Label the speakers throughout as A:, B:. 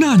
A: 大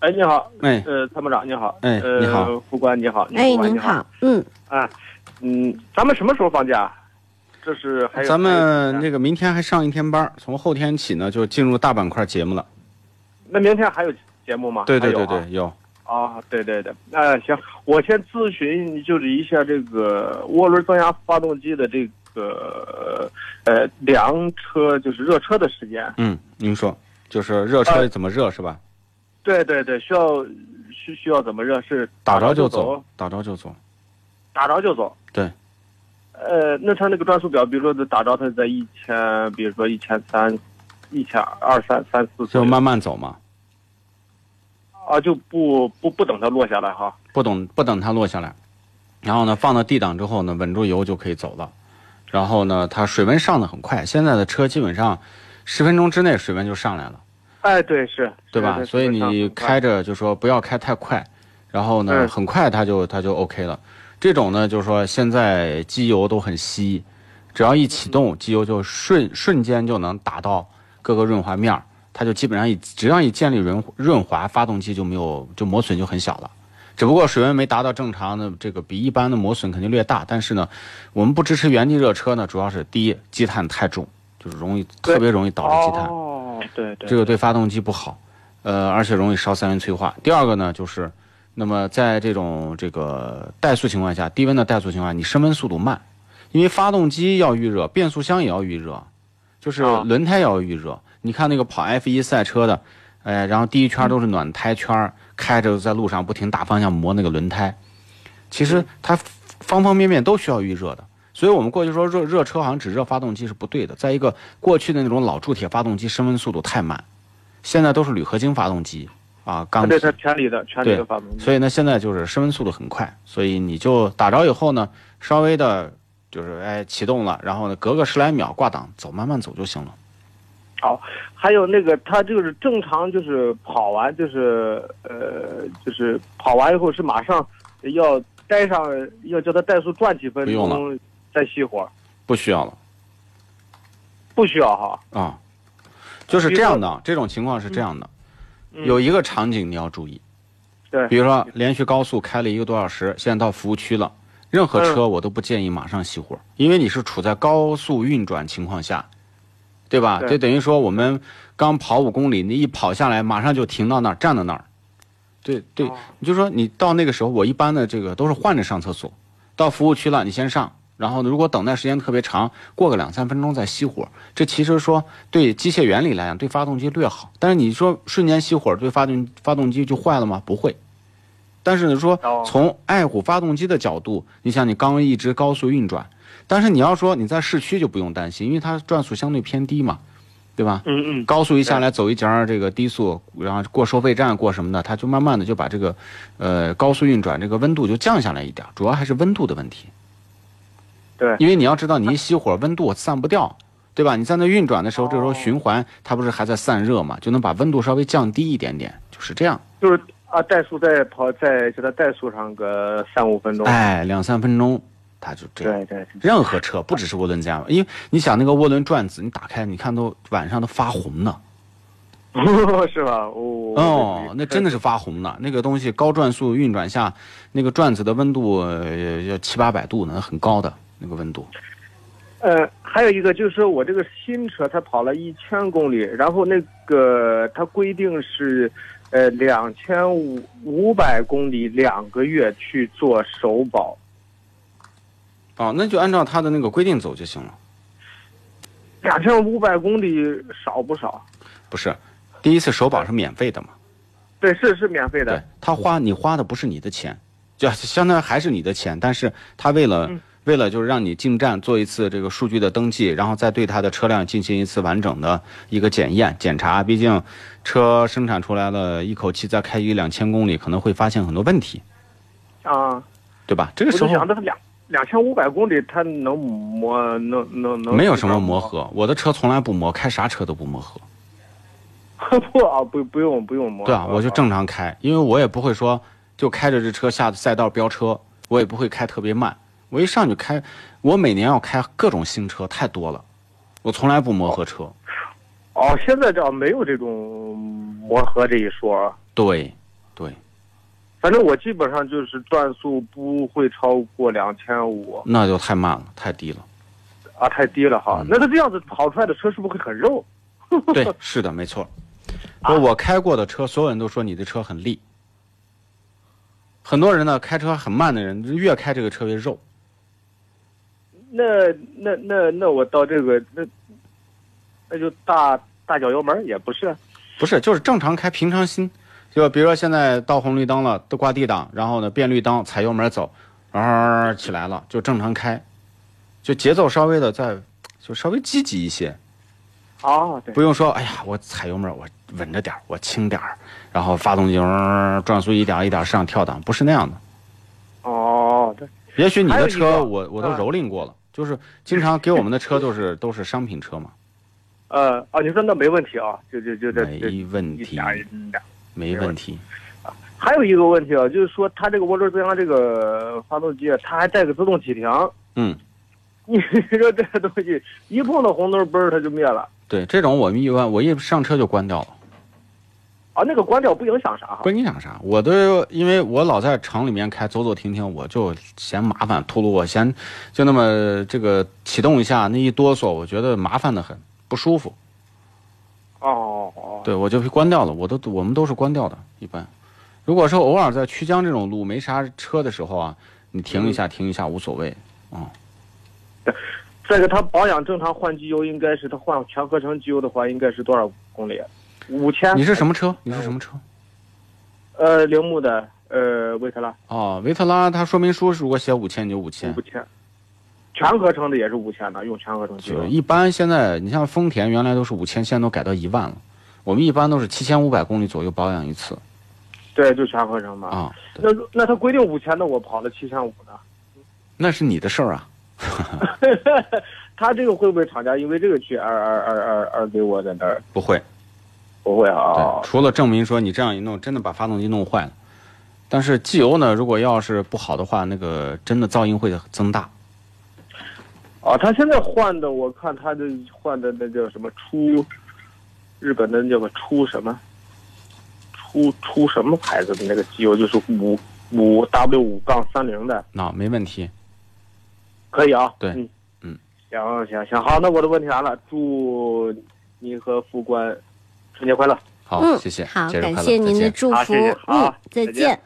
B: 哎，你好，
C: 哎
B: 呃，参谋长你好，
C: 哎
B: 呃，
C: 你好，
B: 副官你好，
D: 哎，
B: 副官
D: 您
B: 你
D: 好，嗯，
B: 啊，嗯，咱们什么时候放假？这是还有
C: 咱们
B: 还有
C: 这个明天还上一天班儿，从后天起呢就进入大板块节目了。
B: 那明天还有节目吗？
C: 对对
B: 还有
C: 对
B: 啊
C: 对，有。
B: 啊，对对对，那、行，我先咨询就是一下这个涡轮增压发动机的这个呃凉车，就是热车的时间。
C: 嗯，您说，就是热车怎么热是吧？
B: 对对对，需要需需要怎么热？是
C: 打着就
B: 呃走
C: 走，，打着就走。
B: 打着就走。
C: 对。
B: 呃，那它那个转速表，比如说打着它在一千，比如说一千三、一千二三三四左
C: 就
B: 右，
C: 慢慢走嘛，
B: 啊，就不不不等它落下来哈。
C: 不等不等它落下来，然后呢放到 D 档之后呢稳住油就可以走了，然后呢它水温上的很快，现在的车基本上十分钟之内水温就上来了，
B: 哎，对，是，
C: 对吧？
B: 是
C: 所以你开，着就说不要开太快，然后呢
B: 嗯
C: 很快它就它就 OK 了。这种呢就是说现在机油都很稀，只要一
B: 嗯
C: 启动机油就瞬瞬间就能达到各个润滑面儿，它就基本上一只要一建立润润滑，发动机就没有就磨损就很小了。只不过水温没达到正常的这个比一般的磨损肯定略大，但是呢，我们不支持原地热车呢，主要是第一积碳太重，就是容易
B: 对
C: 特别容易导致积碳。
B: 哦，对对，
C: 这个对发动机不好，呃，而且容易烧三元催化。第二个呢，就是，那么在这种这个怠速情况下，低温的怠速情况下，你升温速度慢，因为发动机要预热，变速箱也要预热，就是
B: 啊
C: 轮胎也要预热。你看那个跑 F 1赛车的，哎，然后第一圈都是暖胎圈儿，开着在路上不停打方向磨那个轮胎，其实它方方面面都需要预热的。所以我们过去说热热车好像只热发动机是不对的。再一个，过去的那种老铸铁发动机升温速度太慢，现在都是铝合金发动机啊，
B: 啊
C: 钢
B: 对
C: 铁。
B: 它全里的全里的发动机，
C: 所以呢，现在就是升温速度很快，所以你就打着以后呢，稍微的，就是哎启动了，然后呢隔个十来秒挂档走，慢慢走就行了。
B: 好，还有那个它就是正常就是跑完就是呃就是跑完以后是马上要待上要叫它怠速转几分
C: 不用
B: 钟再熄火，
C: 不需要了
B: 不需要哈。
C: 啊，就是这样的啊，这种情况是这样的。
B: 嗯
C: 有一个场景你要注意，
B: 对
C: 比如说连续高速开了一个多小时，现在到服务区了，任何车
B: 嗯
C: 我都不建议马上熄火，因为你是处在高速运转情况下，对吧？
B: 对
C: 就等于说我们刚跑五公里，你一跑下来马上就停到那儿，站到那儿，对对，
B: 哦
C: 你就说你到那个时候，我一般的这个都是换着上厕所，到服务区了你先上。然后呢，如果等待时间特别长，过个两三分钟再熄火，这其实说对机械原理来讲，对发动机略好。但是你说瞬间熄火，对发动发动机就坏了吗？不会。但是你说
B: 哦
C: 从爱护发动机的角度，你像你刚一直高速运转，但是你要说你在市区就不用担心，因为它转速相对偏低嘛，对吧？
B: 嗯嗯，
C: 高速一下来走一截儿，这个低速，然后过收费站过什么的，它就慢慢的就把这个，呃，高速运转这个温度就降下来一点儿，主要还是温度的问题。
B: 对
C: 因为你要知道，你一熄火，温度散不掉，对吧？你在那运转的时候，这时候循环它不是还在散热嘛，就能把温度稍微降低一点点，就是这样。
B: 就是啊，怠速再跑再叫它怠速上个三五分钟。
C: 哎，两三分钟，它就这样。
B: 对对，
C: 任何车，不只是涡轮增压，因为你想那个涡轮转子，你打开你看都晚上都发红呢。
B: 对 是吧？哦
C: 哦，那真的是发红的。那个东西高转速运转下，那个转子的温度呃要七八百度呢，很高的那个温度。
B: 呃，还有一个就是我这个新车，它跑了一千公里，然后那个它规定是，呃，两千五五百公里两个月去做首保。
C: 哦，那就按照它的那个规定走就行了。
B: 两千五百公里少不少？
C: 不是，第一次首保是免费的嘛？
B: 对，是是免费
C: 对
B: 的。，
C: 他花你花的不是你的钱，就相当于还是你的钱，但是他为了
B: 嗯
C: 为了就是让你进站做一次这个数据的登记，然后再对它的车辆进行一次完整的一个检验检查。毕竟，车生产出来了，一口气再开一两千公里，可能会发现很多问题，
B: 啊，
C: 对吧？这
B: 我
C: 个时
B: 就
C: 候
B: 想着两两千五百公里，它能磨能能能
C: 没有什么磨，合，我的车从来不磨，开啥车都不磨合。
B: 不啊不不用不用磨，
C: 对啊，我就正常开，因为我也不会说就开着这车下赛道飙车，我也不会开特别慢。我一上去开，我每年要开各种新车太多了，我从来不磨合车。
B: 哦，现在这样没有这种磨合这一说啊。
C: 对，对，
B: 反正我基本上就是转速不会超过两千五
C: 那就太慢了，太低了。
B: 啊，太低了哈
C: 嗯。
B: 那它这样子跑出来的车是不是会很肉？
C: 对， 是的，没错。
B: 啊
C: 说我开过的车，所有人都说你的车很利。很多人呢，开车很慢的人，越开这个车越肉。
B: 那那那那我到这个那那就大大脚油门儿也不是
C: 不是，就是正常开平常心，就比如说现在到红绿灯了，都挂 D 档，然后呢变绿灯，踩油门走，然后起来了，就正常开，就节奏稍微的再就稍微积极一些，
B: 啊，对
C: 不用说哎呀我踩油门我稳着点儿我轻点儿，然后发动机、呃转速一点儿一点儿上跳档，不是那样的。
B: 哦，对
C: 也许你
B: 还有
C: 的
B: 一个
C: 车我我都
B: 啊
C: 蹂躏过了，就是经常给我们的车都是都是商品车嘛，
B: 呃啊，你说那没问题啊，就就就这这
C: 没问
B: 一
C: 题
B: 点，儿一点儿。
C: 没问题。
B: 还有一个问题啊，就是说它这个涡轮增压这个发动机啊，它还带个自动启停。
C: 嗯，
B: 你说这个东西一碰到红灯，嘣儿它就灭了
C: 对，这种我们一般我一上车就关掉了。
B: 啊！那个关掉不影响啥哈
C: 不。是你想啥？啊我都因为我老在厂里面开，走走停停，我就嫌麻烦，秃噜我嫌就那么这个启动一下，那一哆嗦，我觉得麻烦的很，不舒服。
B: 哦哦，
C: 对我就关掉了，我都我们都是关掉的，一般。如果说偶尔在曲江这种路没啥车的时候啊，你停一下停一下无所谓。
B: 这个它保养正常换机油应该是它换全合成机油的话，应该是多少公里？啊五千。
C: 你是什么车？你是什么车？
B: 呃，铃木的呃维特拉
C: 哦，维特拉，它说明书如果写五千就五千
B: 五，千，全合成的也是五千的，用全合成机
C: 就
B: 油。
C: 一般现在你像丰田原来都是五千，现在都改到一万了。我们一般都是七千五百公里左右保养一次。
B: 对，就全合成嘛。
C: 啊，对，
B: 那那它规定五千的，我跑了七千五呢。
C: 那是你的事儿啊。
B: 他这个会不会厂家因为这个去二二二二二给我在那儿？
C: 不会，哦
B: 不会
C: 对，
B: 啊，
C: 除了证明说你这样一弄，真的把发动机弄坏了。但是机油呢，如果要是不好的话，那个真的噪音会增大。
B: 啊，他现在换的，我看他的换的那叫什么出，日本的那叫个出什么，出出什么牌子的那个机油，就是五五 W 五杠三零的，
C: 那、没问题，
B: 可以啊。
C: 对
B: 嗯
C: 嗯，
B: 行行行，好，那我的问题完了，祝你和副官春节快乐。
C: 好，
D: 嗯，
C: 谢谢，
D: 好，
C: 节日
D: 感
C: 快乐
D: 谢
C: 再
D: 您的
C: 见
D: 祝
B: 好
D: 福
B: 谢谢，好
D: 嗯，
B: 再
D: 再
B: 见
D: 见。